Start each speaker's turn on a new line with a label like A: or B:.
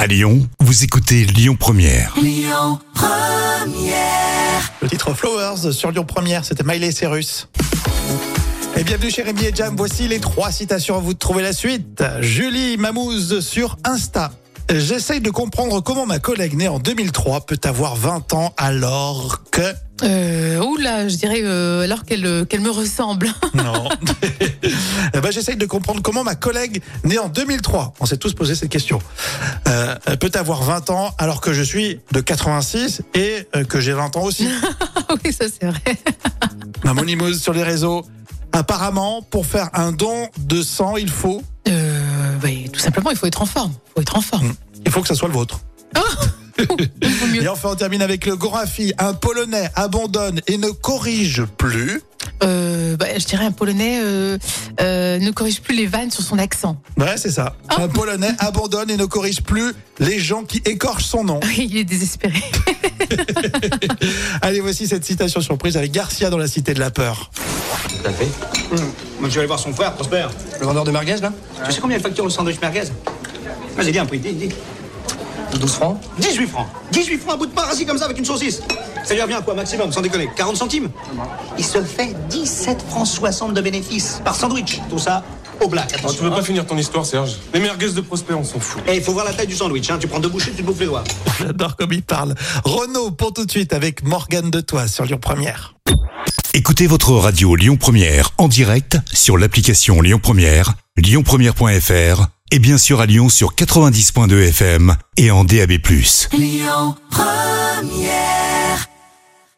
A: À Lyon, vous écoutez Lyon Première.
B: Le titre Flowers sur Lyon Première, c'était Miley Cyrus. Et bienvenue chez Rémi et Jam, voici les trois citations à vous de trouver la suite. Julie Mamouze sur Insta. J'essaye de comprendre comment ma collègue née en 2003 peut avoir 20 ans alors que...
C: Euh, oula, je dirais euh, alors qu'elle euh, qu'elle me ressemble.
B: Non. Eh ben, J'essaye de comprendre comment ma collègue née en 2003, on s'est tous posé cette question, euh, peut avoir 20 ans alors que je suis de 86 et euh, que j'ai 20 ans aussi.
C: Ah oui, ça c'est vrai.
B: Maman Limouse sur les réseaux. Apparemment, pour faire un don de sang, il faut,
C: Euh, oui, tout simplement, il faut être en forme. Il faut être en forme.
B: il faut que ça soit le vôtre.
C: Il vaut mieux.
B: Et enfin, on termine avec le Gorafi. Un Polonais abandonne et ne corrige plus.
C: Euh, bah, je dirais un Polonais euh, euh, ne corrige plus les vannes sur son accent.
B: Ouais, c'est ça.
C: Ah.
B: Un Polonais abandonne et ne corrige plus les gens qui écorchent son nom.
C: Il est désespéré.
B: Allez, voici cette citation surprise avec Garcia dans la Cité de la Peur.
D: Tout à fait.
E: Moi, Hmm. je vais aller voir son frère, Prosper.
D: Le vendeur de merguez, là
E: Tu sais combien il facture le sandwich merguez Vas-y, dis un prix, dis, dis.
D: 12 francs
E: 18 francs 18 francs, un bout de pain assis comme ça avec une saucisse Ça lui revient à quoi, maximum, sans déconner 40 centimes Il se fait 17 francs 60 de bénéfices par sandwich. Tout ça au black.
F: Alors, tu
E: Attention,
F: veux
E: hein.
F: pas finir ton histoire, Serge Les merguez de Prosper, on s'en fout.
E: Eh, il faut voir la taille du sandwich, hein. tu prends deux bouchées, tu te bouffes les doigts.
B: J'adore comme il parle. Renaud, pour tout de suite, avec Morgane de Tois sur Lyon Première.
A: Écoutez votre radio Lyon Première en direct sur l'application Lyon Première, lyonpremière.fr et bien sûr à Lyon sur 90.2 FM et en DAB+.